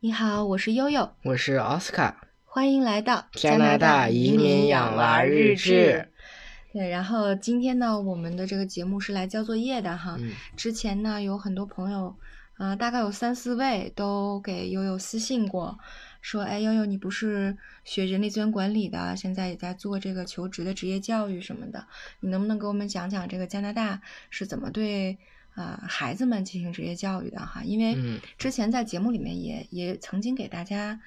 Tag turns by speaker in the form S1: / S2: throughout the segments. S1: 你好，我是悠悠，
S2: 我是奥斯卡。
S1: 欢迎来到
S2: 加拿大移民养娃日志。
S1: 对，然后今天呢，我们的这个节目是来交作业的哈。
S2: 嗯，
S1: 之前呢，有很多朋友，呃，大概有三四位都给悠悠私信过，说，哎，悠悠，你不是学人力资源管理的，现在也在做这个求职的职业教育什么的，你能不能给我们讲讲这个加拿大是怎么对？呃，孩子们进行职业教育的哈，因为
S2: 嗯
S1: 之前在节目里面也也曾经给大家，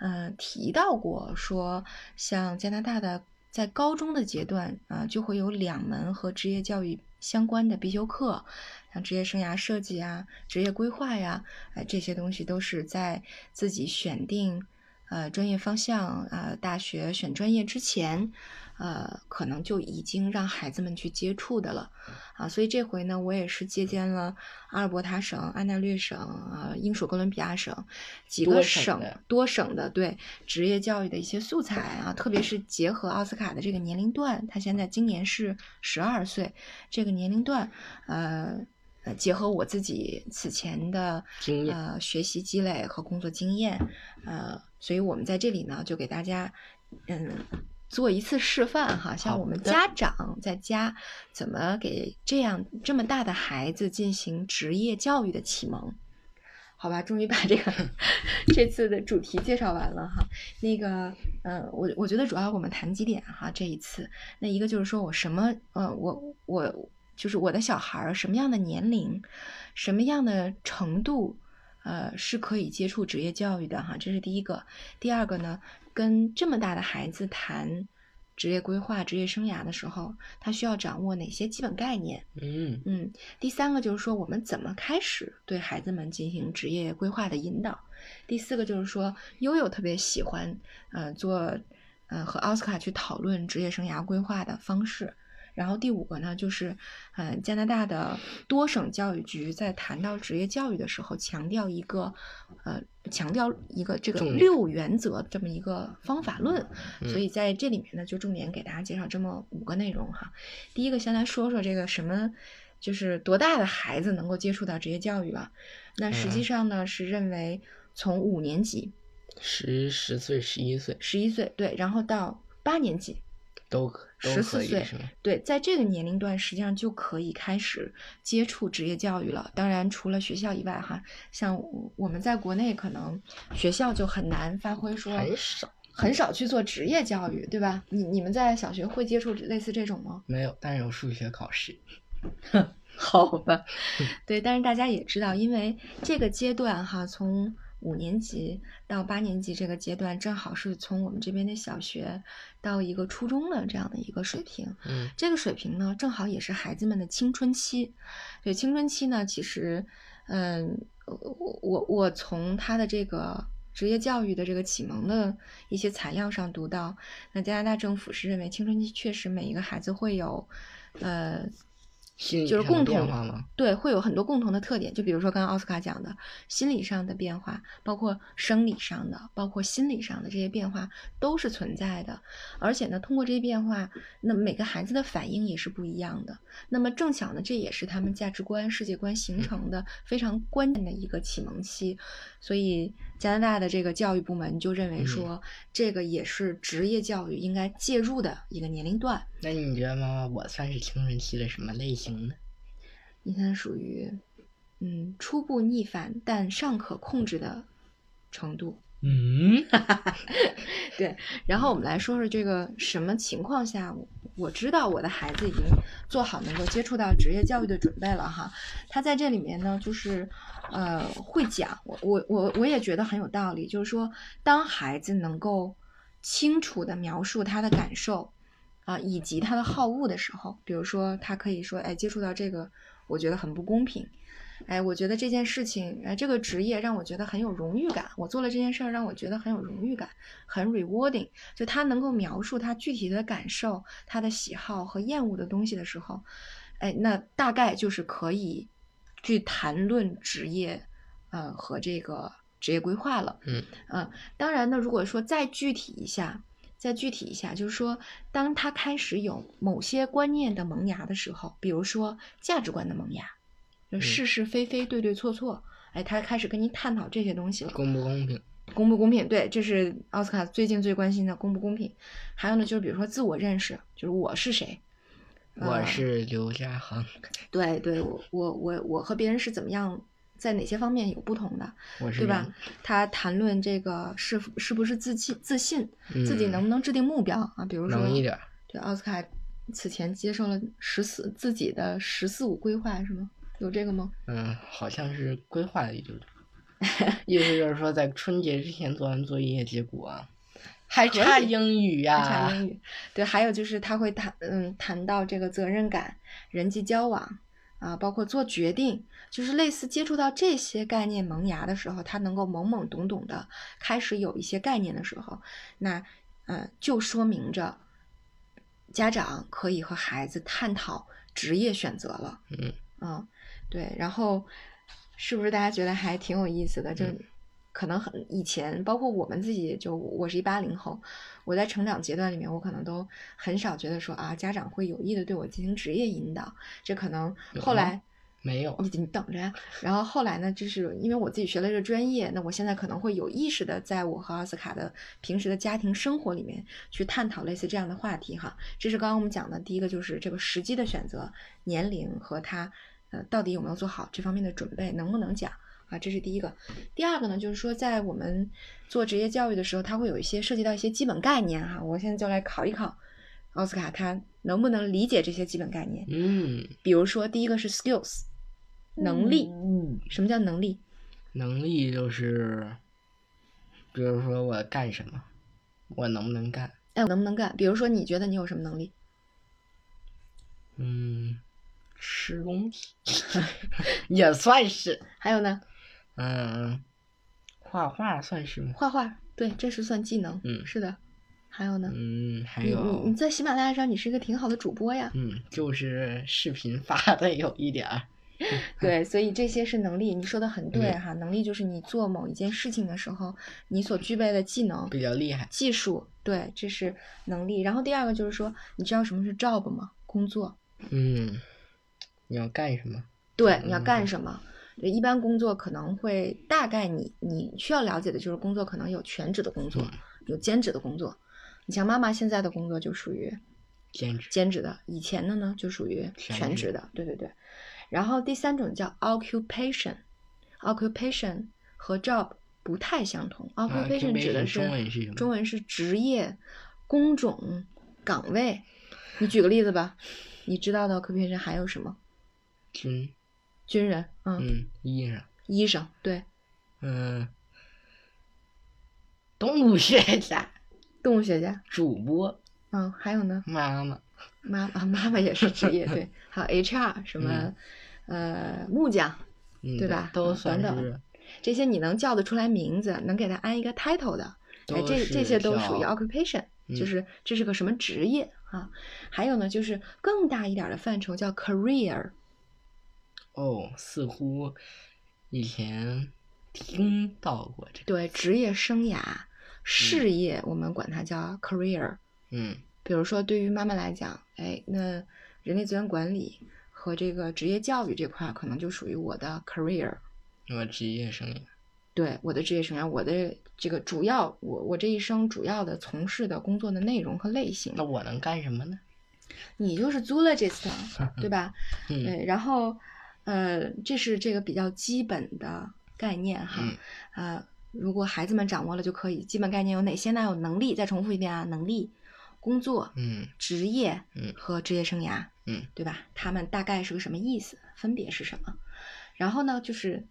S1: 呃，提到过说，像加拿大的在高中的阶段啊、呃就会有两门和职业教育相关的必修课，像职业生涯设计啊、职业规划呀，哎、这些东西都是在自己选定呃专业方向呃大学选专业之前，呃，可能就已经让孩子们去接触的了。啊，所以这回呢，我也是借鉴了阿尔伯塔省、安大略省、啊英属哥伦比亚省几
S2: 多
S1: 个
S2: 省
S1: 省
S2: 的
S1: 多省的对职业教育的一些素材啊，特别是结合奥斯卡的这个年龄段，他现在今年是十二岁这个年龄段，呃。呃，结合我自己此前的
S2: 经验
S1: 呃学习积累和工作经验，呃，所以我们在这里呢，就给大家，嗯，做一次示范哈，像
S2: 好
S1: 我们
S2: 的
S1: 家长在家怎么给这样这么大的孩子进行职业教育的启蒙。好吧，终于把这 个这次的主题介绍完了哈。那个，呃，我我觉得主要我们谈几点哈，这一次，那一个就是说我什么，呃，我我就是我的小孩儿什么样的年龄，什么样的程度，呃，是可以接触职业教育的哈，这是第一个。第二个呢，跟这么大的孩子谈职业规划、职业生涯的时候，他需要掌握哪些基本概念？
S2: 嗯
S1: 嗯，第三个就是说我们怎么开始对孩子们进行职业规划的引导。第四个就是说，悠悠特别喜欢呃做呃和奥斯卡去讨论职业生涯规划的方式。然后第五个呢，就是呃加拿大的多省教育局在谈到职业教育的时候，强调一个呃强调一个这个
S2: 重
S1: 六原则这么一个方法论。所
S2: 嗯
S1: 以在这里面呢，就重点给大家介绍这么五个内容哈。第一个，先来说说这个什么，就是多大的孩子能够接触到职业教育啊？那实际
S2: 嗯
S1: 上呢，是认为从五年级、
S2: 十十岁、十一岁
S1: 十一岁对，然后到八年级，
S2: 都可都
S1: 14
S2: 可以
S1: 岁
S2: 是吗？
S1: 对，在这个年龄段，实际上就可以开始接触职业教育了。当然，除了学校以外，哈，像我我们在国内可能学校就很难发挥说
S2: 很少，
S1: 很少去做职业教育，对吧？你你们在小学会接触类似这种吗？
S2: 没有，但是有数学考试。
S1: 好吧，对，但是大家也知道，因为这个阶段哈，从五年级到八年级这个阶段，正好是从我们这边的小学到一个初中的这样的一个水平。
S2: 嗯
S1: 这个水平呢，正好也是孩子们的青春期。对，青春期呢，其实，嗯，我我我从他的这个职业教育的这个启蒙的一些材料上读到，那加拿大政府是认为青春期确实每一个孩子会有，呃，
S2: 心理
S1: 就是共
S2: 上的变
S1: 同
S2: 化吗？
S1: 对，会有很多共同的特点，就比如说刚刚奥斯卡讲的心理上的变化，包括生理上的，包括心理上的这些变化都是存在的。而且呢，通过这些变化，那每个孩子的反应也是不一样的。那么正巧呢，这也是他们价值观、世界观形成的非常关键的一个启蒙期。所以，加拿大的这个教育部门就认为
S2: 嗯
S1: 说，这个也是职业教育应该介入的一个年龄段。
S2: 那你觉得妈妈，我算是青春期的什么类型呢？
S1: 你现在属于，嗯，初步逆反但尚可控制的程度。
S2: 嗯，
S1: 然后我们来说说这个什么情况下，我我知道我的孩子已经做好能够接触到职业教育的准备了哈。他在这里面呢，就是呃会讲，我我我我也觉得很有道理，就是说当孩子能够清楚的描述他的感受。啊，以及他的好恶的时候，比如说他可以说，哎，接触到这个，我觉得很不公平，哎，我觉得这件事情，哎，这个职业让我觉得很有荣誉感，我做了这件事儿让我觉得很有荣誉感，很 rewarding。就他能够描述他具体的感受、他的喜好和厌恶的东西的时候，哎，那大概就是可以去谈论职业，呃，和这个职业规划了。
S2: 嗯
S1: 嗯，当然呢，如果说再具体一下，再具体一下，就是说，当他开始有某些观念的萌芽的时候，比如说价值观的萌芽，就
S2: 嗯
S1: 是是非非、对对错错，哎，他开始跟你探讨这些东西了。
S2: 公不公平？
S1: 公不公平？对，这是奥斯卡最近最关心的公不公平。还有呢，就是比如说自我认识，就是我是谁。
S2: 我
S1: 嗯
S2: 是刘家航，
S1: 对对，我我我我和别人是怎么样，在哪些方面有不同的，
S2: 我是嗯
S1: 对吧
S2: 人？？
S1: 他谈论这个是否是不是自信、自信，自己
S2: 嗯
S1: 能不能制定目标啊？比如说，
S2: 能一点儿，
S1: 对奥斯卡此前接受了十四自己的“十四五”规划是吗？有这个吗？
S2: 嗯，好像是规划的，也就是，意思就是说在春节之前做完作业，结果还
S1: 可以
S2: 差英语啊呀、
S1: 日常英语，对，还有就是他会谈，嗯，谈到这个责任感、人际交往啊，包括做决定，就是类似接触到这些概念萌芽的时候，他能够懵懵懂懂的开始有一些概念的时候，那嗯，就说明着家长可以和孩子探讨职业选择了。
S2: 嗯
S1: 嗯，对，然后是不是大家觉得还挺有意思的？就
S2: 嗯
S1: 可能很以前，包括我们自己，就我是一八零后，我在成长阶段里面，我可能都很少觉得说啊，家长会有意的对我进行职业引导，这可能
S2: 有
S1: 后
S2: 吗
S1: 来。
S2: 没有，
S1: 你你等着呀。然后后来呢，就是因为我自己学了这个专业，那我现在可能会有意识的在我和奥斯卡的平时的家庭生活里面去探讨类似这样的话题哈。这是刚刚我们讲的第一个，就是这个时机的选择、年龄和他呃到底有没有做好这方面的准备，能不能讲。啊，这是第一个。第二个呢，就是说，在我们做职业教育的时候，它会有一些涉及到一些基本概念哈、我现在就来考一考奥斯卡，他能不能理解这些基本概念？
S2: 嗯，
S1: 比如说，第一个是 skills，能力。什么叫能力？
S2: 能力就是，比如说我干什么，我能不能干？
S1: 哎，我能不能干？比如说，你觉得你有什么能力？
S2: 嗯，吃东西 也算是，
S1: 还有呢，
S2: 嗯，画画算是吗？
S1: 画画，对，这是算技能。
S2: 嗯
S1: 是的。还有呢，
S2: 嗯，还
S1: 你你
S2: 有
S1: 你，在喜马拉雅上，你是一个挺好的主播 呀。
S2: 嗯，就是视频发的有一点儿，
S1: 对，所以这些是能力，你说的很对
S2: 嗯
S1: 哈。能力就是你做某一件事情的时候，你所具备的技能、
S2: 比较厉害。
S1: 技术，对，这是能力。然后第二个就是说，你知道什么是 job 吗？工作。
S2: 嗯，你要干什么？
S1: 对，你要干
S2: 嗯
S1: 什么？对，一般工作可能会大概你你需要了解的就是工作可能有全职的工作
S2: 嗯，
S1: 有兼职的工作。你像妈妈现在的工作就属于
S2: 兼职。
S1: 兼职的，以前的呢就属于
S2: 全
S1: 全
S2: 职
S1: 职的，对对对。然后第三种叫 occupation，occupation 和 job 不太相同。
S2: 啊
S1: occupation 指的
S2: occupation
S1: 是
S2: 中文是什么
S1: 中文是职业、工种、岗位。你举个例子吧，你知道的 occupation 还有什么？
S2: 军，
S1: 军人，嗯
S2: 嗯，衣裳，
S1: 医生，对，
S2: 嗯，动物学家，
S1: 动物学家，
S2: 主播，
S1: 嗯，还有呢，
S2: 妈妈，
S1: 妈啊，妈妈也是职业， 对，还有 HR 什么，呃，木匠，
S2: 嗯，
S1: 对吧
S2: 都
S1: 嗯
S2: 算
S1: 等等
S2: 是，
S1: 这些你能叫得出来名字，能给他安一个 title 的，哎，
S2: 都
S1: 这这
S2: 是
S1: 些都属于
S2: 叫
S1: occupation，就
S2: 嗯
S1: 是这是个什么职业啊？还有呢，就是更大一点的范畴叫 career，
S2: 哦，似乎以前听到过这个，
S1: 对，职业生涯、事业，我们管它叫 career。
S2: 嗯
S1: 比如说，对于妈妈来讲，哎，那人力资源管理和这个职业教育这块儿，可能就属于我的 career，
S2: 我职业生涯，
S1: 对我的职业生涯，我的这个主要，我我这一生主要的从事的工作的内容和类型
S2: 那。我能干什么呢？
S1: 你就是 zoologist，啊对吧？
S2: 嗯
S1: 对，然后，呃，这是这个比较基本的概念哈。
S2: 嗯
S1: 呃，如果孩子们掌握了就可以。基本概念有哪些呢？有能力，再重复一遍啊，能力、工作、
S2: 嗯
S1: 职业
S2: 嗯
S1: 和职业生涯。
S2: 嗯，
S1: 对吧？他们大概是个什么意思？分别是什么？然后呢，就是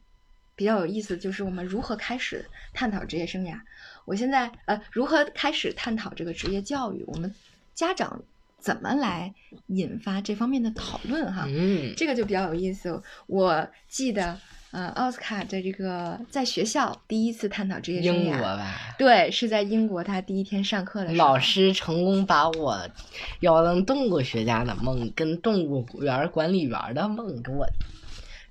S1: 比较有意思，就是我们如何开始探讨职业生涯。我现在呃，如何开始探讨这个职业教育？我们家长怎么来引发这方面的讨论哈？
S2: 嗯，
S1: 这个就比较有意思。我记得，呃，奥斯卡的这个在学校第一次探讨职业生
S2: 英国
S1: 涯，
S2: 吧，
S1: 对，是在英国，他第一天上课的时候，
S2: 老师成功把我要当动物学家的梦跟动物园管理员的梦给我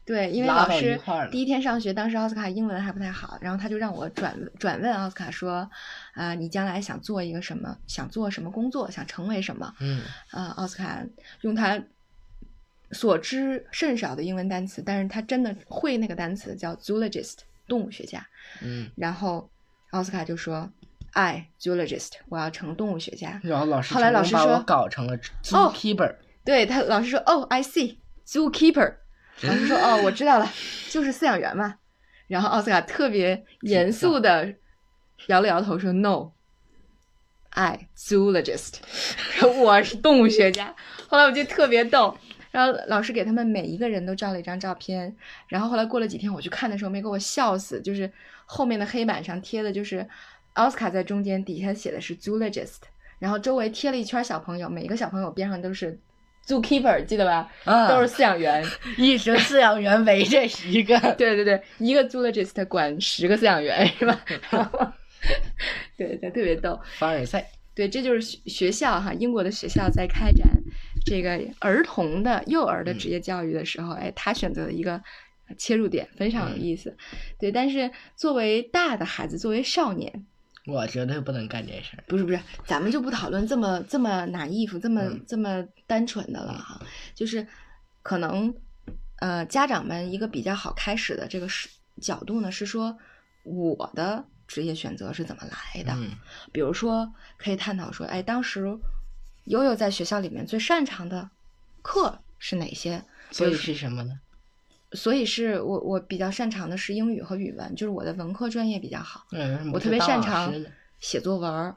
S1: 对，因为
S2: 拉
S1: 老
S2: 到一
S1: 师
S2: 块儿了
S1: 第一天上学，当时奥斯卡英文还不太好，然后他就让我转转问奥斯卡说，啊、你将来想做一个什么？想做什么工作？想成为什么？
S2: 嗯
S1: 呃，奥斯卡用他所知甚少的英文单词，但是他真的会那个单词叫 zoologist 动物学家。
S2: 嗯，
S1: 然后奥斯卡就说：“I zoologist，我要成动物学家。
S2: 嗯然后老师
S1: 后来
S2: 成功
S1: 老师
S2: 把我
S1: 说
S2: 搞成了
S1: 哦
S2: zookeeper，
S1: 对他老师说：“哦，I see zookeeper。”老师说：“哦，我知道了，就是饲养员嘛。”然后奥斯卡特别严肃的摇了摇头说：“No，I zoologist，我是动物学家。”后来我就特别逗。然后老师给他们每一个人都照了一张照片，然后后来过了几天我去看的时候，没给我笑死，就是后面的黑板上贴的就是奥斯卡在中间，底下写的是 zoologist，然后周围贴了一圈小朋友，每一个小朋友边上都是 zookeeper，记得吧？
S2: 啊
S1: 都是饲养员。
S2: 一群饲养员围着一个
S1: 对对对，一个 zoologist 管十个饲养员是吧？然后对，他特别逗。
S2: 凡尔赛，
S1: 对，这就是学学校哈，英国的学校在开展这个儿童的幼儿的职业教育的时候，哎，他选择了一个切入点，非常有意思。对，但是作为大的孩子，作为少年，
S2: 我绝对不能干这事儿。
S1: 不是不是，咱们就不讨论这么这么 naive、这么、
S2: 嗯
S1: 这么单纯的了哈，就是可能呃家长们一个比较好开始的这个是角度呢，是说我的职业选择是怎么来的，
S2: 嗯
S1: 比如说可以探讨说，哎，当时悠悠在学校里面最擅长的课是哪些？
S2: 所以是什么呢？
S1: 所以是我我比较擅长的是英语和语文，就是我的文科专业比较好。
S2: 那有什
S1: 我
S2: 么不
S1: 特
S2: 嗯是
S1: 别
S2: 当
S1: 擅
S2: 老
S1: 长
S2: 师的
S1: 写作文儿。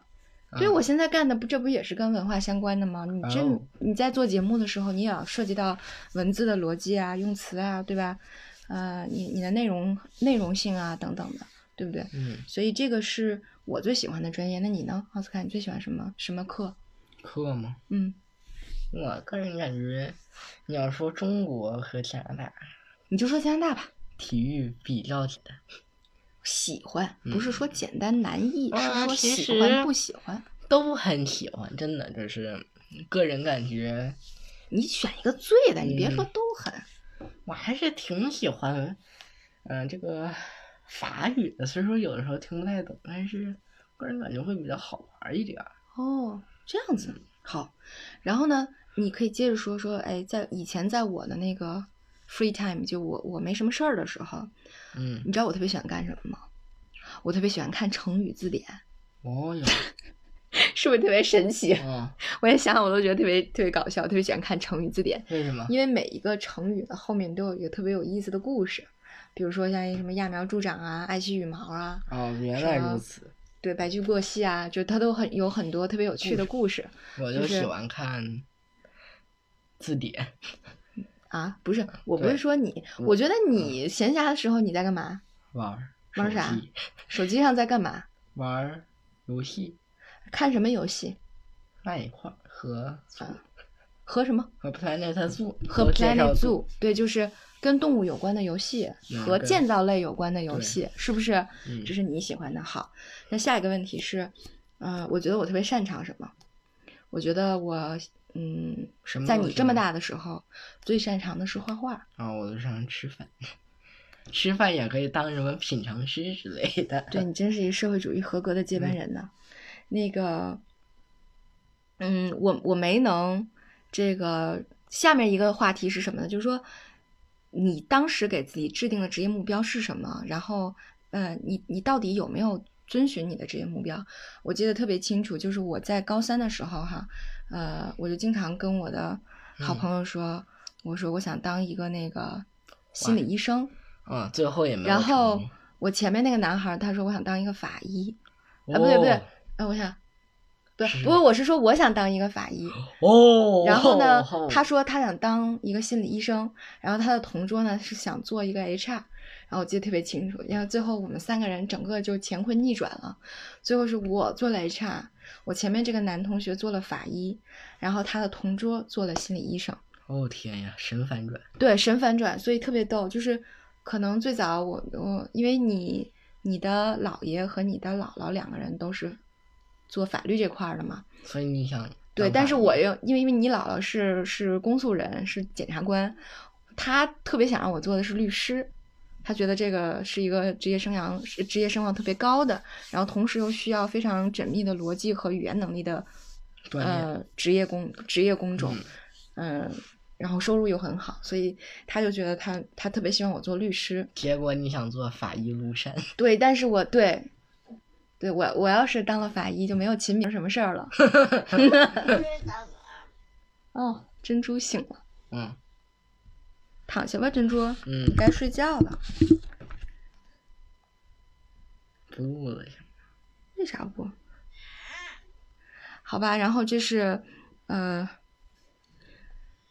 S2: 啊
S1: 对，我现在干的不，这不也是跟文化相关的吗？你这、
S2: 哦
S1: 你在做节目的时候，你也要涉及到文字的逻辑啊、用词啊，对吧？呃，你你的内容内容性啊等等的，对不对？
S2: 嗯
S1: 所以这个是我最喜欢的专业。那你呢，奥斯卡？你最喜欢什么什么课？
S2: 课吗？
S1: 嗯，
S2: 我个人感觉，你要说中国和加拿大
S1: 你就说加拿大吧。
S2: 体育比较简单，
S1: 喜欢不是
S2: 嗯
S1: 说简单难易，是
S2: 啊
S1: 说
S2: 其
S1: 喜欢
S2: 实
S1: 不喜欢。
S2: 都很喜欢，真的就是个人感觉，
S1: 你选一个最的，你别说
S2: 嗯
S1: 都很。
S2: 我还是挺喜欢，嗯、这个法语的，虽说有的时候听不太懂，但是个人感觉会比较好玩一点儿。
S1: 哦，这样子好。然后呢，你可以接着说说，哎，在以前在我的那个 free time，就我我没什么事儿的时候，
S2: 嗯，
S1: 你知道我特别喜欢干什么吗？我特别喜欢看成语字典，
S2: 哦哟，
S1: 是不是特别神奇？
S2: 嗯，
S1: 我也想想，我都觉得特别特别搞笑，特别喜欢看成语字典，
S2: 为什么？
S1: 因为每一个成语呢后面都有一个特别有意思的故事，比如说像一什么揠苗助长啊、爱惜羽毛啊，
S2: 哦，原来
S1: 什么
S2: 如此。
S1: 对，白驹过隙啊，就它都很有很多特别有趣的故事
S2: 我
S1: 就
S2: 就是喜欢看字典。
S1: 啊。不是，我不是
S2: 对
S1: 说你，
S2: 嗯
S1: 我觉得你闲暇的时候你在干嘛？
S2: 玩儿
S1: 玩儿
S2: 手
S1: 啥
S2: 机
S1: 手机上在干嘛？
S2: 玩儿游戏
S1: 看什么游戏？
S2: 那一块儿和
S1: 和什么？
S2: 和 Planet Zoo
S1: 和
S2: 都介绍
S1: Planet Zoo。对，就是跟动物有关的游戏，
S2: 嗯
S1: 和
S2: 对
S1: 建造类有关的游戏，是不是？
S2: 嗯
S1: 这是你喜欢的。好，那下一个问题是，呃，我觉得我特别擅长什么？我觉得我，嗯
S2: 什，么
S1: 在
S2: 都
S1: 你这
S2: 行
S1: 么大的时候，最擅长的是画画。
S2: 然啊后我就上吃饭， 吃饭也可以当什么品尝师之类的。
S1: 对，你真是一个社会主义合格的接班人呢。那个，嗯，我我没能这个下面一个话题是什么呢？就是说，你当时给自己制定的职业目标是什么？然后，呃，你你到底有没有遵循你的职业目标？我记得特别清楚，就是我在高三的时候哈，呃，我就经常跟我的好
S2: 嗯
S1: 朋友说，我说我想当一个那个心理医生。
S2: 啊，最后也没有
S1: 然后
S2: 成功
S1: 我前面那个男孩儿他说我想当一个法医，啊不对不对，啊我想，不
S2: 是
S1: 不过我是说我想当一个法医。
S2: 哦，
S1: 然后呢
S2: 哦，
S1: 他说他想当一个心理医生，然后他的同桌呢是想做一个 HR，然后我记得特别清楚，因为最后我们三个人整个就乾坤逆转了，最后是我做了 HR，我前面这个男同学做了法医，然后他的同桌做了心理医生。
S2: 哦天呀，神反转，
S1: 对，神反转，所以特别逗。就是可能最早我我因为你你的姥爷和你的姥姥两个人都是做法律这块儿的嘛，
S2: 所以你想
S1: 对。
S2: 当
S1: 但
S2: 法
S1: 是我
S2: 医
S1: 又因为因为你姥姥是是公诉人，是检察官，他特别想让我做的是律师。他觉得这个是一个职业生涯、是职业声望特别高的，然后同时又需要非常缜密的逻辑和语言能力的
S2: 专业
S1: 呃职业工职业工种，嗯、然后收入又很好，所以他就觉得他他特别希望我做律师。
S2: 结果你想做法医卢山，
S1: 对，但是我对，对我我要是当了法医，就没有秦明什么事儿了。哦，珍珠醒了，
S2: 嗯
S1: 躺下吧，珍珠，
S2: 嗯
S1: 你，该睡觉了。
S2: 不录了行吗，
S1: 为啥不？好吧，然后这是，呃，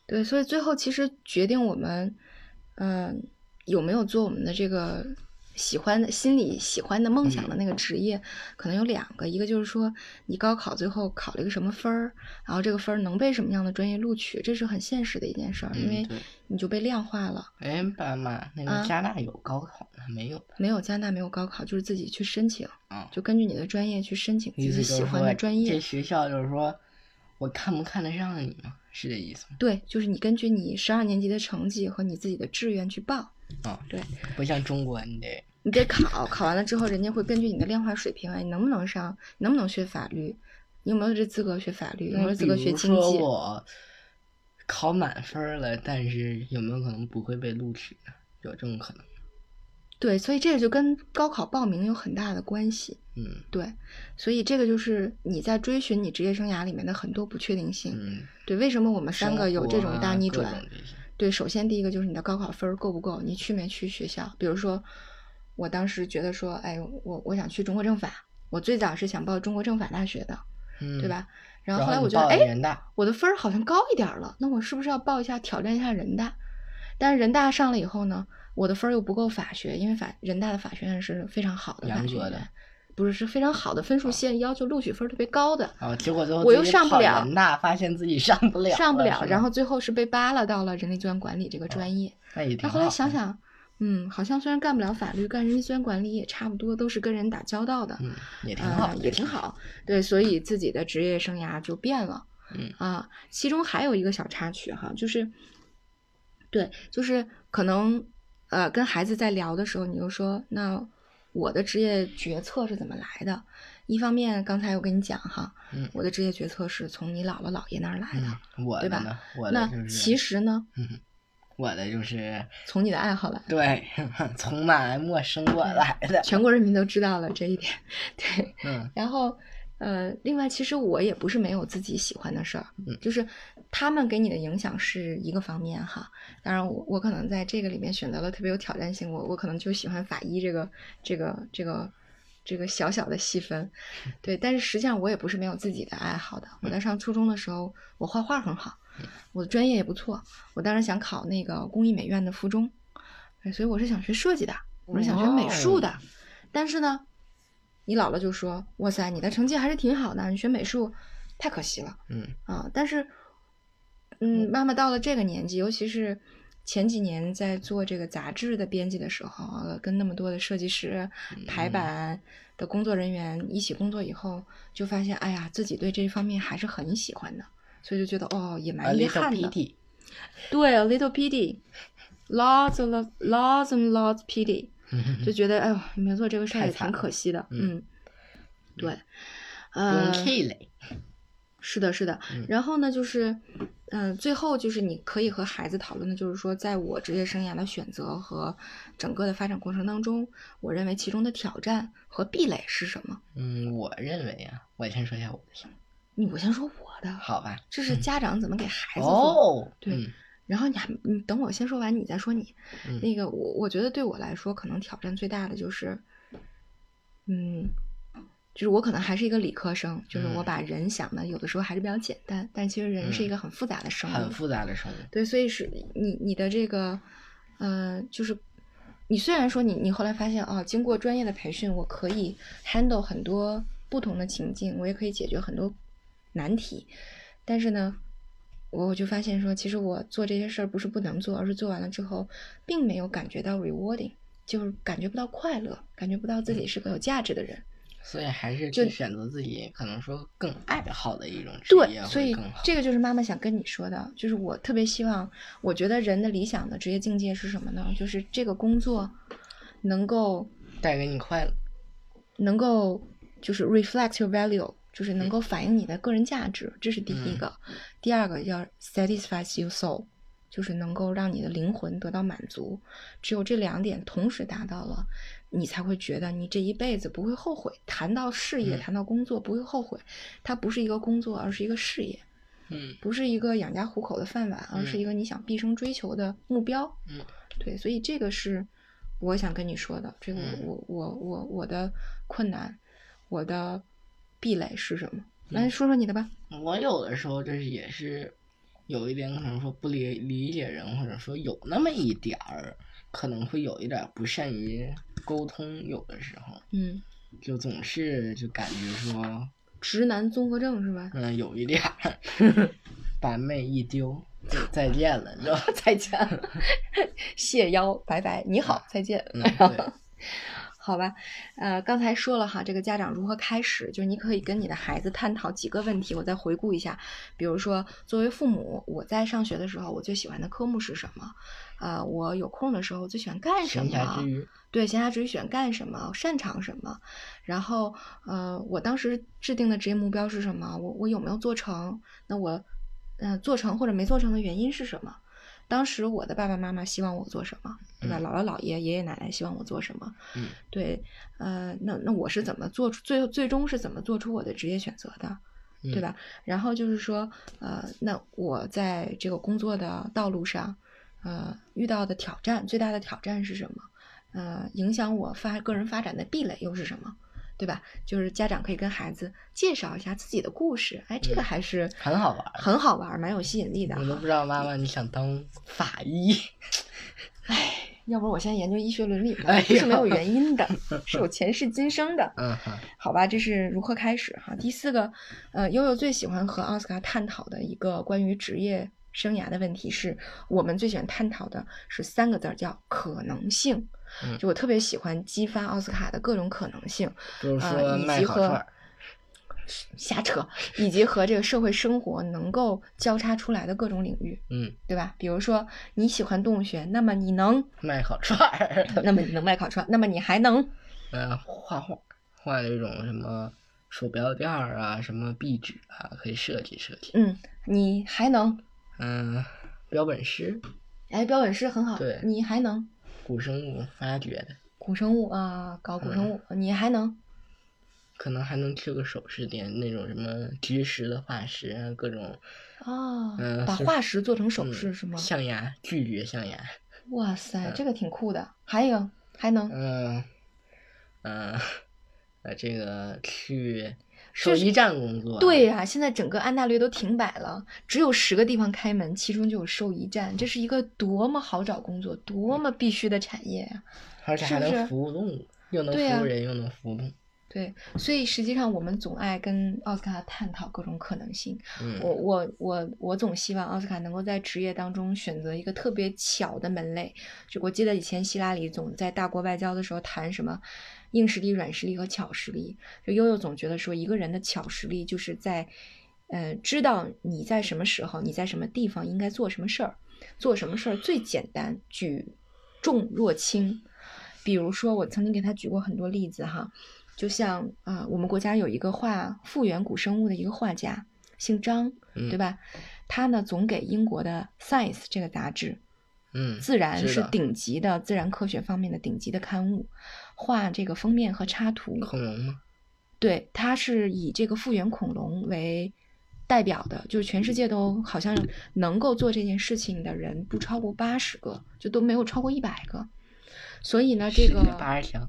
S1: 对，所以最后其实决定我们，嗯、有没有做我们的这个喜欢的、心里喜欢的梦想
S2: 嗯
S1: 的那个职业，可能有两个，一个就是说你高考最后考了一个什么分儿，然后这个分儿能被什么样的专业录取，这是很现实的一件事儿，因
S2: 嗯
S1: 为
S2: 对
S1: 你就被量化了。
S2: 哎，爸妈，那
S1: 啊
S2: 个加拿大有高考吗？没有吧？
S1: 没有加拿大没有高考，就是自己去申请，
S2: 啊，
S1: 就根据你的专业去申请自
S2: 意思
S1: 己
S2: 就是
S1: 喜欢
S2: 说
S1: 的专业。
S2: 这学校就是说，我看不看得上你吗？是这意思吗？
S1: 对，就是你根据你十二年级的成绩和你自己的志愿去报，
S2: 啊，
S1: 对，
S2: 不像中国，你得
S1: 你得考，考完了之后，人家会根据你的量化水平，哎，你能不能上，你能不能学法律，你有没有这资格学法律，有没有
S2: 嗯
S1: 资
S2: 比
S1: 格学
S2: 如
S1: 经
S2: 说
S1: 济，
S2: 我考满分儿了，但是有没有可能不会被录取呢？有这种可能？
S1: 对，所以这个就跟高考报名有很大的关系，
S2: 嗯
S1: 对，所以这个就是你在追寻你职业生涯里面的很多不确定性，
S2: 嗯，
S1: 对，为什么我们三
S2: 生
S1: 个有
S2: 活
S1: 这种大
S2: 啊
S1: 逆
S2: 各
S1: 转？
S2: 种这些
S1: 对，首先第一个就是你的高考分儿够不够，你去没去学校？比如说，我当时觉得说，哎，我我想去中国政法，我最早是想报中国政法大学的，
S2: 嗯，
S1: 对？吧？然
S2: 然
S1: 后后来
S2: 你
S1: 我觉得，
S2: 报了
S1: 哎，
S2: 人大，
S1: 我的分儿好像高一点儿了，那我是不是要报一下挑战一下人大？但是人大上了以后呢，我的分儿又不够法学，因为法人大的法学院是非常好的法
S2: 严
S1: 学
S2: 格
S1: 院
S2: 的，
S1: 不是是非常好的分数线，要求录取分儿特别高的。
S2: 啊，结果最后
S1: 我
S2: 自
S1: 又
S2: 己
S1: 上不
S2: 跑
S1: 了
S2: 人大，发现自己上不了，
S1: 上不了，
S2: 是哦
S1: 然
S2: 吗
S1: 后最后是被扒拉到了人力资源管理这个专业。
S2: 那也挺
S1: 那后来
S2: 好
S1: 想
S2: 的，
S1: 想，嗯，好像虽然干不了法律，干人力资源管理也差不多，都是跟人打交道的，
S2: 嗯，也挺
S1: 啊
S2: 好，
S1: 也挺。好。对，所以自己的职业生涯就变了。
S2: 嗯
S1: 啊，其中还有一个小插曲哈，就是，对，就是可能呃，跟孩子在聊的时候，你就说，那我的职业决策是怎么来的？一方面，刚才我跟你讲哈，
S2: 嗯
S1: 我的职业决策是从你姥姥姥爷那儿来的。
S2: 嗯，我
S1: 对
S2: 的
S1: 吧
S2: 呢，我的
S1: 那
S2: 就是，
S1: 其实呢，
S2: 我的就是
S1: 从你的爱好来。
S2: 对， 从马来貘生过来的，
S1: 全国人民都知道了这一点， 对，
S2: 嗯
S1: 然后，呃，另外，其实我也不是没有自己喜欢的事儿，
S2: 嗯
S1: 就是他们给你的影响是一个方面哈。当然我，我可能在这个里面选择了特别有挑战性，我我可能就喜欢法医这个这个这个这个小小的细分，对。但是实际上，我也不是没有自己的爱好的。我在上初中的时候，我画画很好，我的专业也不错，我当时想考那个工艺美院的附中，哎所以我是想学设计的，我是想学美术的。
S2: 哇
S1: 但是呢，你姥姥就说：“哇塞，你的成绩还是挺好的，你学美术太可惜了
S2: 嗯
S1: 啊！”但是，嗯，妈妈到了这个年纪，尤其是前几年在做这个杂志的编辑的时候，啊跟那么多的设计师、排
S2: 嗯
S1: 版的工作人员一起工作以后，就发现，哎呀，自己对这方面还是很喜欢的，所以就觉得哦，也
S2: ，a
S1: 蛮遗
S2: 啊 little
S1: 憾的。
S2: pity，
S1: 对，a little pity，lots and lo- lots and lots pity。就觉得哎呦，没有做这个事儿
S2: 嗯太
S1: 也
S2: 惨
S1: 挺可惜的。
S2: 嗯
S1: 嗯，对，
S2: 不
S1: 呃
S2: 用，气馁，
S1: 是的，是的
S2: 嗯。
S1: 然后呢，就是，嗯，最后就是你可以和孩子讨论的，就是说，在我职业生涯的选择和整个的发展过程当中，我认为其中的挑战和壁垒是什么？
S2: 嗯，我认为啊，我先说一下我的想法，
S1: 你我先说我的，
S2: 好吧？
S1: 这是家长怎么给孩子做
S2: 嗯哦，
S1: 对
S2: 嗯
S1: 然后你还你等我先说完，你再说你。
S2: 嗯
S1: 那个我我觉得对我来说，可能挑战最大的就是，嗯，就是我可能还是一个理科生，就是我
S2: 嗯
S1: 把人想的有的时候还是比较简单，但其实人是一
S2: 嗯
S1: 个很复杂的生物。
S2: 很复杂的生物，
S1: 对，所以是你你的这个，呃，就是你虽然说你你后来发现啊，经过专业的培训，我可以 handle 很多不同的情境，我也可以解决很多难题，但是呢，我我就发现说，其实我做这些事儿不是不能做，而是做完了之后，并没有感觉到 rewarding，就是感觉不到快乐，感觉不到自己是个有价值的人。
S2: 所以还是
S1: 就
S2: 去选择自己可能说更爱好的一种职
S1: 对
S2: 业，
S1: 所
S2: 会
S1: 以
S2: 更好。
S1: 这个就是妈妈想跟你说的，就是我特别希望，我觉得人的理想的职业境界是什么呢？就是这个工作能够
S2: 带给你快乐，
S1: 能够就是 reflect your value，就是能够
S2: 嗯
S1: 反映你的个人价值，这是第一个。第二个要 satisfies your soul，就是能够让你的灵魂得到满足。只有这两点同时达到了，你才会觉得你这一辈子不会后悔。谈到事业，
S2: 嗯
S1: 谈到工作，不会后悔，它不是一个工作，而是一个事业，
S2: 嗯
S1: 不是一个养家糊口的饭碗，而是一个你想毕生追求的目标。
S2: 嗯，
S1: 对，所以这个是我想跟你说的，这个
S2: 嗯
S1: 我我我我的困难，我的壁垒是什么？来
S2: 嗯
S1: 说说你的吧。
S2: 我有的时候就是也是有一点可能说不理理解人，或者说有那么一点儿可能会有一点儿不善于沟通，有的时候
S1: 嗯，
S2: 就总是就感觉说，
S1: 直男综合症是吧？
S2: 嗯，有一点 儿把妹一丢，就再见了，你知道吗？ 再见了，
S1: 谢邀，拜拜，你好，再见。
S2: 嗯，对，
S1: 好吧，呃，刚才说了哈，这个家长如何开始，就是你可以跟你的孩子探讨几个问题。我再回顾一下，比如说，作为父母，我在上学的时候，我最喜欢的科目是什么？呃，我有空的时候最喜欢干什
S2: 闲暇
S1: 么
S2: 之？余，
S1: 对，闲暇之余喜欢干什么，擅长什么，然后呃，我当时制定的职业目标是什么？我我有没有做成？那我呃做成或者没做成的原因是什么？当时我的爸爸妈妈希望我做什么，对吧？
S2: 嗯
S1: 姥姥姥爷、爷爷奶奶希望我做什么？
S2: 嗯
S1: 对，呃，那那我是怎么做出最最终是怎么做出我的职业选择的？
S2: 嗯
S1: 对？吧？然后就是说，呃，那我在这个工作的道路上，呃，遇到的挑战最大的挑战是什么？呃，影响我发个人发展的壁垒又是什么？对吧？就是家长可以跟孩子介绍一下自己的故事，哎，这个
S2: 嗯
S1: 还是
S2: 很好玩儿
S1: 很好玩儿，蛮有吸引力的
S2: 我都
S1: 哈。
S2: 不知道妈妈你想当法医，
S1: 要不然我现在研究医学伦理呢
S2: 哎，
S1: 不是没有
S2: 呀
S1: 原因 的，是有前世今生的。
S2: 嗯哼，
S1: 好吧，这是如何开始哈。第四个，呃，悠悠最喜欢和奥斯卡探讨的一个关于职业生涯的问题是，我们最喜欢探讨的是三个字儿叫可能性
S2: 嗯。
S1: 就我特别喜欢激发奥斯卡的各种可能性，
S2: 就是
S1: 啊
S2: 说
S1: 以
S2: 卖
S1: 及
S2: 烤
S1: 和
S2: 串儿，
S1: 瞎扯，以及和这个社会生活能够交叉出来的各种领域，
S2: 嗯，
S1: 对吧？比如说你喜欢动物学，那么你能，
S2: 卖烤串儿，
S1: 那么你能卖烤串，那么你还能，
S2: 嗯，画画，画那种什么手表垫儿啊，什么壁纸啊，可以设计设计。
S1: 嗯，你还能，
S2: 嗯，标本师，
S1: 哎，标本师很好，
S2: 对
S1: 你还能，
S2: 古生物发掘的，
S1: 古生物啊，搞古生物，你还能
S2: 可能还能去个首饰店，那种什么菊石的化石啊，各种
S1: 哦，
S2: 嗯
S1: 把
S2: 是
S1: 化石做成首
S2: 嗯
S1: 饰是吗？
S2: 象牙，拒绝象牙。
S1: 哇塞，这个挺酷的。还有还能
S2: 嗯，嗯，呃，这个去
S1: 就
S2: 手
S1: 是
S2: 艺站工作。啊
S1: 对，呀、现在整个安大略都停摆了，只有十个地方开门，其中就有兽医站，这是一个多么好找工作、多么必须的产业呀、
S2: 而且
S1: 是
S2: 还
S1: 不是
S2: 能服务动物，又能
S1: 对啊呀
S2: 服务人，又能服务动物。
S1: 对，所以实际上我们总爱跟奥斯卡探讨各种可能性。我
S2: 嗯
S1: 我我我总希望奥斯卡能够在职业当中选择一个特别巧的门类。就我记得以前希拉里总在大国外交的时候谈什么硬实力、软实力和巧实力。就悠悠总觉得说，一个人的巧实力就是在，呃，知道你在什么时候、你在什么地方应该做什么事儿，做什么事儿最简单，举重若轻。比如说，我曾经给他举过很多例子哈，就像啊、呃我们国家有一个画复原古生物的一个画家，姓张，
S2: 嗯
S1: 对吧？他呢总给英国的《Science》这个杂志，
S2: 嗯，
S1: 自然
S2: 是
S1: 是
S2: 的
S1: 顶级的自然科学方面的顶级的刊物，画这个封面和插图，
S2: 恐龙吗？
S1: 对，它是以这个复原恐龙为代表的，就是全世界都好像能够做这件事情的人不超过八十个，就都没有超过一百个。所以呢，这
S2: 世界
S1: 个
S2: 八十强。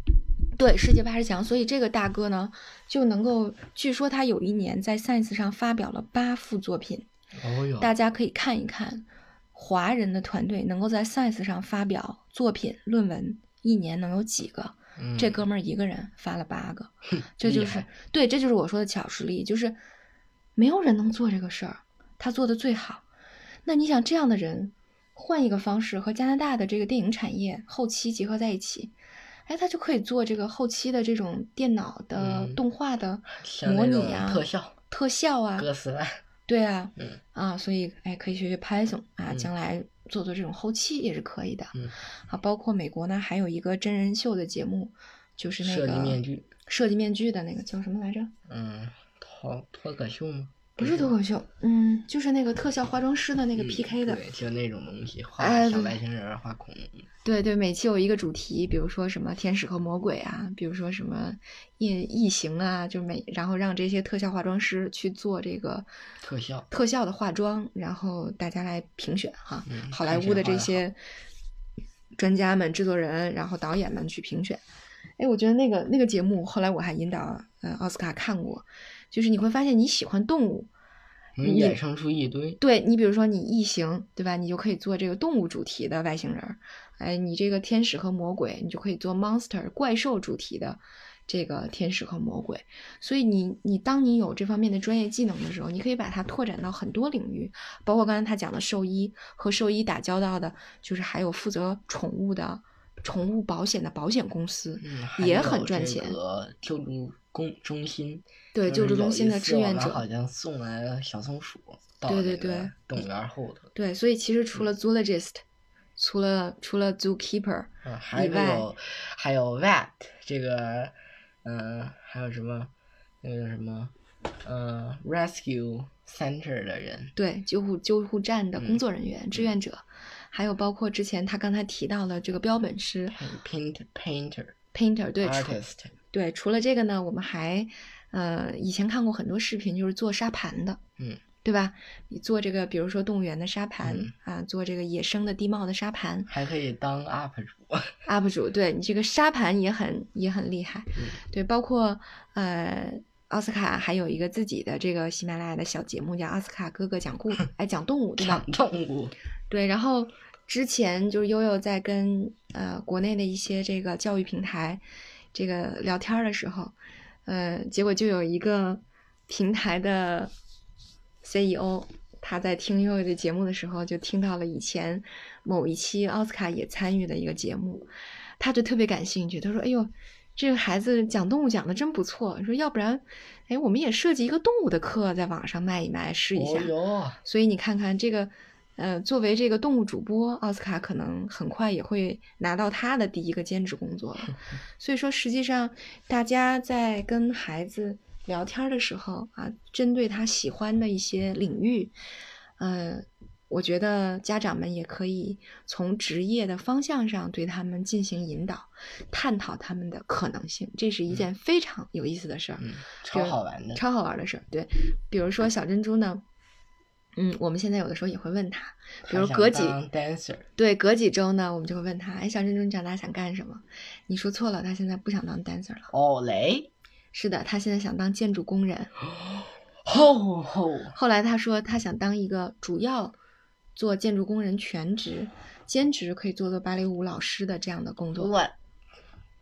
S1: 对，世界八十强，所以这个大哥呢，就能够，据说他有一年在 Science 上发表了八幅作品，
S2: 哦哟，
S1: 大家可以看一看，华人的团队能够在 Science 上发表作品论文，一年能有几个？
S2: 嗯
S1: 这哥们儿一个人发了八个，这
S2: 厉
S1: 就是
S2: 害
S1: 对，这就是我说的巧实力，就是没有人能做这个事儿，他做的最好。那你想这样的人，换一个方式和加拿大的这个电影产业后期结合在一起，哎，他就可以做这个后期的这种电脑的、
S2: 嗯
S1: 动画的
S2: 像
S1: 模
S2: 那种
S1: 拟啊、
S2: 特效，
S1: 特效啊，
S2: 哥斯拉，
S1: 对啊，
S2: 嗯
S1: 啊，所以哎，可以学学 Python 啊，
S2: 嗯
S1: 将来做做这种后期也是可以的。
S2: 嗯，
S1: 啊，包括美国呢，还有一个真人秀的节目，就是那
S2: 设
S1: 个
S2: 计面具，
S1: 设计面具的那个叫什么来着？
S2: 嗯，脱脱口秀吗？
S1: 不是脱口秀，嗯，就是那个特效化妆师的那个 PK 的，
S2: 嗯对，就那种东西，画
S1: 哎
S2: 小
S1: 对
S2: 外星人儿，画恐龙，
S1: 对对，每期有一个主题，比如说什么天使和魔鬼啊，比如说什么夜异形啊，就是每然后让这些特效化妆师去做这个
S2: 特效
S1: 特效的化妆，然后大家来评选哈，
S2: 嗯
S1: 好莱
S2: 看
S1: 坞的
S2: 谁画
S1: 这
S2: 得
S1: 些专家们、制作人，然后导演们去评选。哎，我觉得那个那个节目，后来我还引导呃奥斯卡看过，就是你会发现你喜欢动物，
S2: 能
S1: 你
S2: 衍生出一堆。
S1: 对你，比如说你异形，对吧？你就可以做这个动物主题的外星人儿，哎，你这个天使和魔鬼，你就可以做 monster 怪兽主题的这个天使和魔鬼。所以你你当你有这方面的专业技能的时候，你可以把它拓展到很多领域，包括刚才他讲的兽医和兽医打交道的，就是还有负责宠物的宠物保险的保险公司，
S2: 嗯，
S1: 也很赚钱。。
S2: 救助公中心，
S1: 对
S2: 就
S1: 救
S2: 是
S1: 助中
S2: 嗯有
S1: 心
S2: 一
S1: 的
S2: 次
S1: 志
S2: 我
S1: 愿
S2: 们
S1: 者
S2: 好像送来了小松鼠到
S1: 对
S2: 那
S1: 对
S2: 个
S1: 对
S2: 动物园后头，
S1: 对，所以其实除了 zoologist，除了除了 zookeeper。
S2: 嗯，还
S1: 以外
S2: 有还有 vet 这个，嗯、还有什么那个叫什么，嗯、r e s c u e center 的人，
S1: 对救护救护站的工作人员、志
S2: 嗯
S1: 愿者，还有包括之前他刚才提到的这个标本师
S2: 还有 paint painter
S1: painter 对除
S2: artist，
S1: 对，除了这个呢，我们还呃以前看过很多视频，就是做沙盘的，
S2: 嗯，
S1: 对吧？你做这个，比如说动物园的沙盘、
S2: 嗯
S1: 啊，做这个野生的地貌的沙盘
S2: 还可以当 up 主，
S1: ，UP 主对你这个沙盘也很也很厉害，
S2: 嗯
S1: 对，包括呃。奥斯卡还有一个自己的这个喜马拉雅的小节目，叫《奥斯卡哥哥讲故》， 哎，讲动物，对吧？
S2: 讲动物，
S1: 对，然后之前就是悠悠在跟呃国内的一些这个教育平台这个聊天儿的时候，呃，结果就有一个平台的 CEO，他在听悠悠的节目的时候，就听到了以前某一期奥斯卡也参与的一个节目，他就特别感兴趣，他说：“哎呦。”这个孩子讲动物讲的真不错，说要不然，哎，我们也设计一个动物的课，在网上卖一卖，试一下。
S2: 哦哟，
S1: 所以你看看这个，呃，作为这个动物主播，奥斯卡可能很快也会拿到他的第一个兼职工作了。所以说，实际上大家在跟孩子聊天的时候啊，针对他喜欢的一些领域，呃，我觉得家长们也可以从职业的方向上对他们进行引导，探讨他们的可能性，这是一件非常有意思的事儿。
S2: 嗯，超
S1: 对
S2: 好玩的，
S1: 超好玩的事儿。对，比如说小珍珠呢，嗯，我们现在有的时候也会问他，比如
S2: 还想
S1: 隔几
S2: 当 dancer，
S1: 对，隔几周呢，我们就会问他，哎，小珍珠，你长大想干什么？你说错了，他现在不想当 dancer 了。
S2: 哦嘞，
S1: 是的，他现在想当建筑工人。
S2: 吼吼，
S1: 后来他说他想当一个主要做建筑工人全职，兼职可以做做芭蕾舞老师的这样的工作。
S2: 乱，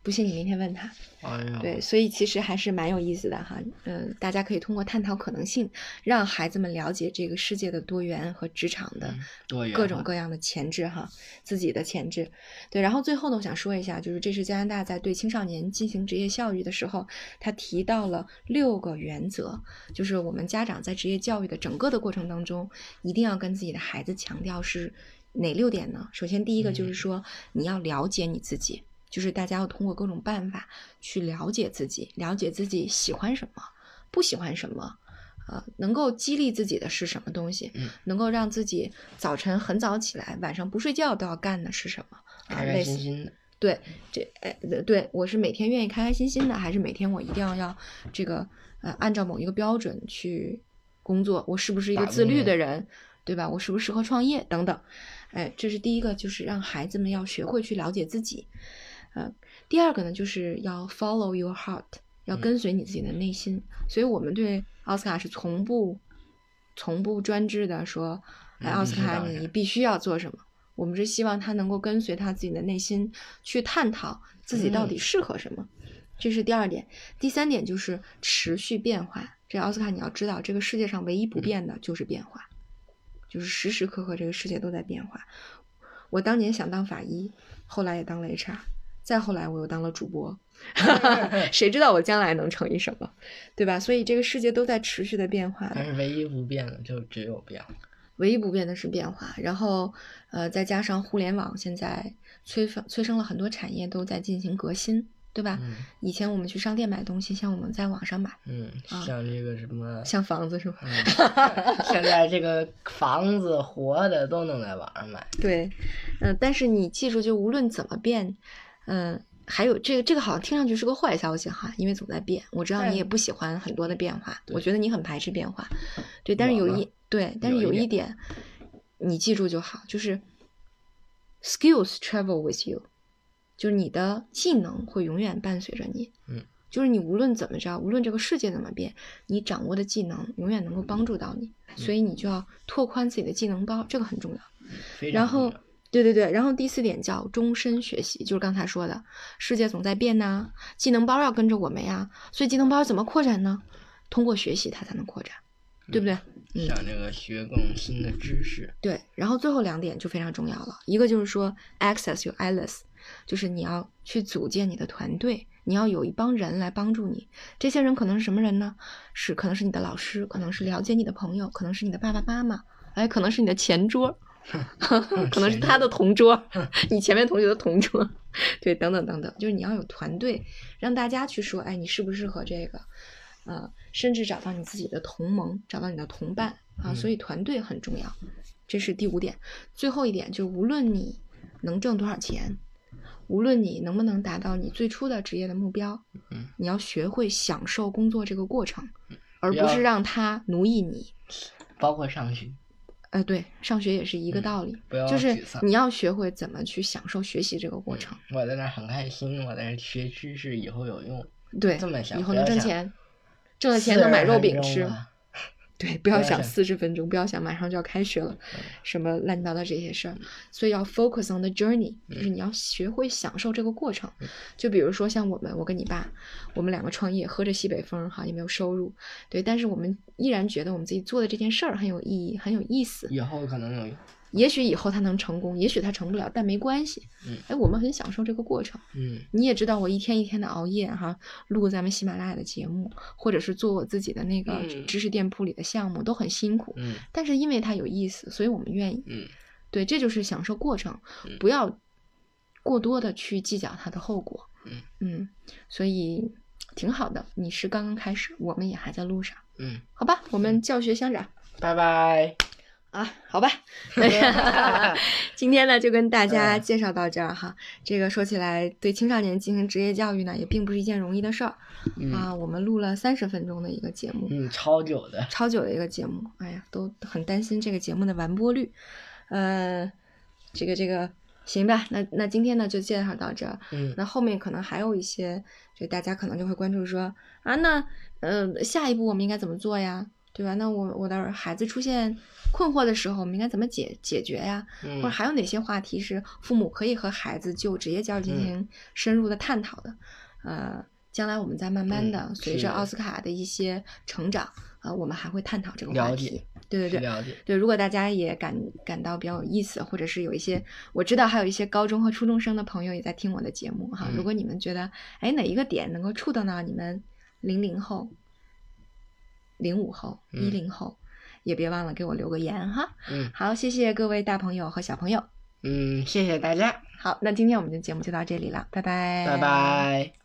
S1: 不信你明天问他。
S2: 哎呦，
S1: 对，所以其实还是蛮有意思的哈。嗯，大家可以通过探讨可能性，让孩子们了解这个世界的多元和职场的
S2: 嗯，多元
S1: 各种
S2: 化
S1: 各样的潜质哈，自己的潜质。对，然后最后呢，我想说一下，就是这是加拿大在对青少年进行职业教育的时候，他提到了六个原则，就是我们家长在职业教育的整个的过程当中，一定要跟自己的孩子强调是哪六点呢？首先，第一个就是
S2: 嗯
S1: 说你要了解你自己，就是大家要通过各种办法去了解自己，了解自己喜欢什么，不喜欢什么。呃，能够激励自己的是什么东西？
S2: 嗯
S1: 能够让自己早晨很早起来，晚上不睡觉都要干的是什么？啊，
S2: 开开
S1: 类
S2: 心
S1: 似
S2: 心的，
S1: 对这哎呃对我是每天愿意开开心心的，还是每天我一定要要这个呃按照某一个标准去工作？我是不是一个
S2: 打
S1: 自
S2: 工
S1: 律
S2: 人
S1: 的人？对吧？我是不是适合创业等等？哎，这是第一个，就是让孩子们要学会去了解自己。呃，第二个呢，就是要 follow your heart，要
S2: 嗯
S1: 跟随你自己的内心。所以我们对奥斯卡是从不从不专制的说，哎，
S2: 嗯
S1: 奥斯
S2: 必须
S1: 卡
S2: 当然
S1: 你必须要做什么。我们是希望他能够跟随他自己的内心去探讨自己到底
S2: 嗯
S1: 适合什么。这是第二点，第三点就是持续变化。这奥斯卡你要知道，这个世界上唯一不变的就是变化，就是时时刻刻这个世界都在变化。我当年想当法医，后来也当了 HR，再后来我又当了主播，谁知道我将来能成一什么，对吧？所以这个世界都在持续的变化的
S2: 但是唯一不变的就只有变化，
S1: 唯一不变的是变化，然后呃，再加上互联网现在催发催生了很多产业都在进行革新，对吧？
S2: 嗯
S1: 以前我们去商店买东西，像我们在网上买，
S2: 嗯，
S1: 啊
S2: 像这个什么，
S1: 像房子是吧？
S2: 嗯 现在这个房子活的都能在网上买，
S1: 对，嗯、但是你记住，就无论怎么变，嗯、还有这个这个好像听上去是个坏消息哈，因为总在变。我知道
S2: 但
S1: 你也不喜欢很多的变化，
S2: 对
S1: 我觉得你很排斥变化，对。但是
S2: 我
S1: 有
S2: 吗
S1: 一对，但是有
S2: 有一
S1: 一点，你记住就好，就是 skills travel with you，就是你的技能会永远伴随着你。
S2: 嗯，
S1: 就是你无论怎么着，无论这个世界怎么变，你掌握的技能永远能够帮助到你，
S2: 嗯
S1: 所以你就要拓宽自己的技能包，这个很重要。
S2: 非常
S1: 然后
S2: 重要，
S1: 对对对，然后第四点叫终身学习，就是刚才说的，世界总在变呐、技能包要跟着我们呀，所以技能包怎么扩展呢？通过学习它才能扩展，对不对？嗯
S2: 像这个学更新的知识，
S1: 对。然后最后两点就非常重要了，一个就是说 access your allies，就是你要去组建你的团队，你要有一帮人来帮助你。这些人可能是什么人呢？是可能是你的老师，可能是了解你的朋友，可能是你的爸爸妈妈，哎，可能是你的前桌， 可能是他的同桌， 你前面同学的同桌，对，等等等等，就是你要有团队，让大家去说，哎，你适不适合这个，呃，甚至找到你自己的同盟，找到你的同伴啊，
S2: 嗯
S1: 所以团队很重要，这是第五点。最后一点就是，无论你能挣多少钱，无论你能不能达到你最初的职业的目标，
S2: 嗯
S1: 你要学会享受工作这个过程，而
S2: 不
S1: 不
S2: 要
S1: 是让它奴役你。
S2: 包括上学，
S1: 呃，对，上学也是一个
S2: 嗯
S1: 道理，
S2: 不要
S1: 就是
S2: 沮丧
S1: 你要学会怎么去享受学习这个过程。
S2: 我在那儿很开心，我在这儿学知识以后有用，
S1: 对，
S2: 这嗯么想
S1: 以后
S2: 不
S1: 能
S2: 要
S1: 挣
S2: 想
S1: 钱，挣了钱能买
S2: 42
S1: 肉饼
S2: 分钟
S1: 吃。
S2: 啊
S1: 对，不要
S2: 要
S1: 想
S2: 想嗯
S1: 四十分钟，不要想马上就要开学了，什么乱七八糟这些事儿，所以要 focus on the journey，就是
S2: 嗯
S1: 你要学会享受这个过程。就比如说像我们，我跟你爸，我们两个创业，喝着西北风哈，也没有收入，对，但是我们依然觉得我们自己做的这件事儿很有意义，很有意思。
S2: 以后可能有用，
S1: 也许以后他能成功，也许他成不了，但没关系
S2: 嗯。
S1: 哎，我们很享受这个过程。
S2: 嗯，
S1: 你也知道我一天一天的熬夜哈，录咱们喜马拉雅的节目，或者是做我自己的那个
S2: 嗯
S1: 知识店铺里的项目，都很辛苦。
S2: 嗯
S1: 但是因为它有意思，所以我们愿意。
S2: 嗯，
S1: 对，这就是享受过程
S2: 嗯，
S1: 不要过多的去计较它的后果。
S2: 嗯
S1: 所以挺好的。你是刚刚开始，我们也还在路上，
S2: 嗯，
S1: 好吧？我们教学相长
S2: 拜拜。
S1: 啊，好 吧？ 今天呢，就跟大家
S2: 嗯
S1: 介绍到这儿哈。这个说起来，对青少年进行职业教育呢，也并不是一件容易的事儿、
S2: 嗯
S1: 啊。我们录了三十分钟的一个节目，
S2: 嗯，超久的，
S1: 超久的一个节目，哎呀，都很担心这个节目的完播率。呃，这个这个行吧，那那今天呢就介绍到这儿。
S2: 嗯，
S1: 那后面可能还有一些，这大家可能就会关注说啊，那呃下一步我们应该怎么做呀？对吧？那我我的孩子出现困惑的时候，我们应该怎么解解决呀？
S2: 嗯
S1: 或者还有哪些话题是父母可以和孩子就职业教育进
S2: 嗯
S1: 行深入的探讨的？呃，将来我们再慢慢的
S2: 嗯
S1: 随着
S2: 是
S1: 奥斯卡的一些成长，呃，我们还会探讨这个话
S2: 了
S1: 题
S2: 解。
S1: 对对对，
S2: 了解，
S1: 对，如果大家也感感到比较有意思，或者是有一些我知道还有一些高中和初中生的朋友也在听我的节目哈，如
S2: 嗯
S1: 果你们觉得哎哪一个点能够触动到你们零零后、零五后、一零后，也别忘了给我留个言哈。
S2: 嗯
S1: 好，谢谢各位大朋友和小朋友。
S2: 嗯，谢谢大家，
S1: 好，那今天我们的节目就到这里了，拜拜，
S2: 拜。拜。